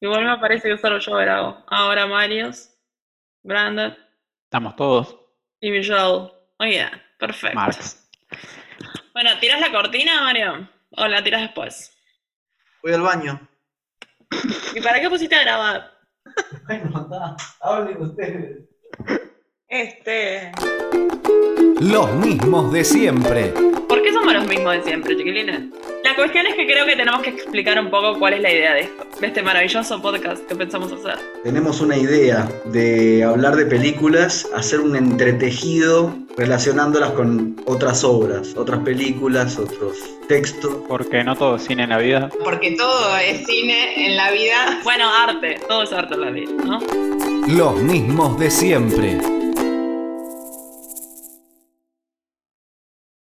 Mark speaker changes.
Speaker 1: Igual me parece que solo yo grabo. Ahora Marius, Brandon
Speaker 2: Estamos todos.
Speaker 1: y Michelle. Muy bien, perfecto.
Speaker 2: Marx.
Speaker 1: Bueno, ¿tiras la cortina, Mario? ¿O la tiras después?
Speaker 3: Voy al baño.
Speaker 1: ¿Y para qué pusiste a grabar?
Speaker 3: Ay, no, da. Hablen ustedes.
Speaker 1: Este.
Speaker 4: Los mismos de siempre.
Speaker 1: ¿Por qué somos los mismos de siempre, chiquilines? La cuestión es que creo que tenemos que explicar un poco cuál es la idea de esto, de este maravilloso podcast que pensamos hacer.
Speaker 3: Tenemos una idea de hablar de películas, hacer un entretejido relacionándolas con otras obras, otras películas, otros textos.
Speaker 2: Porque no todo es cine en la vida.
Speaker 5: Porque todo es cine en la vida.
Speaker 1: Bueno, arte, todo es arte en la vida, ¿no?
Speaker 4: Los mismos de siempre.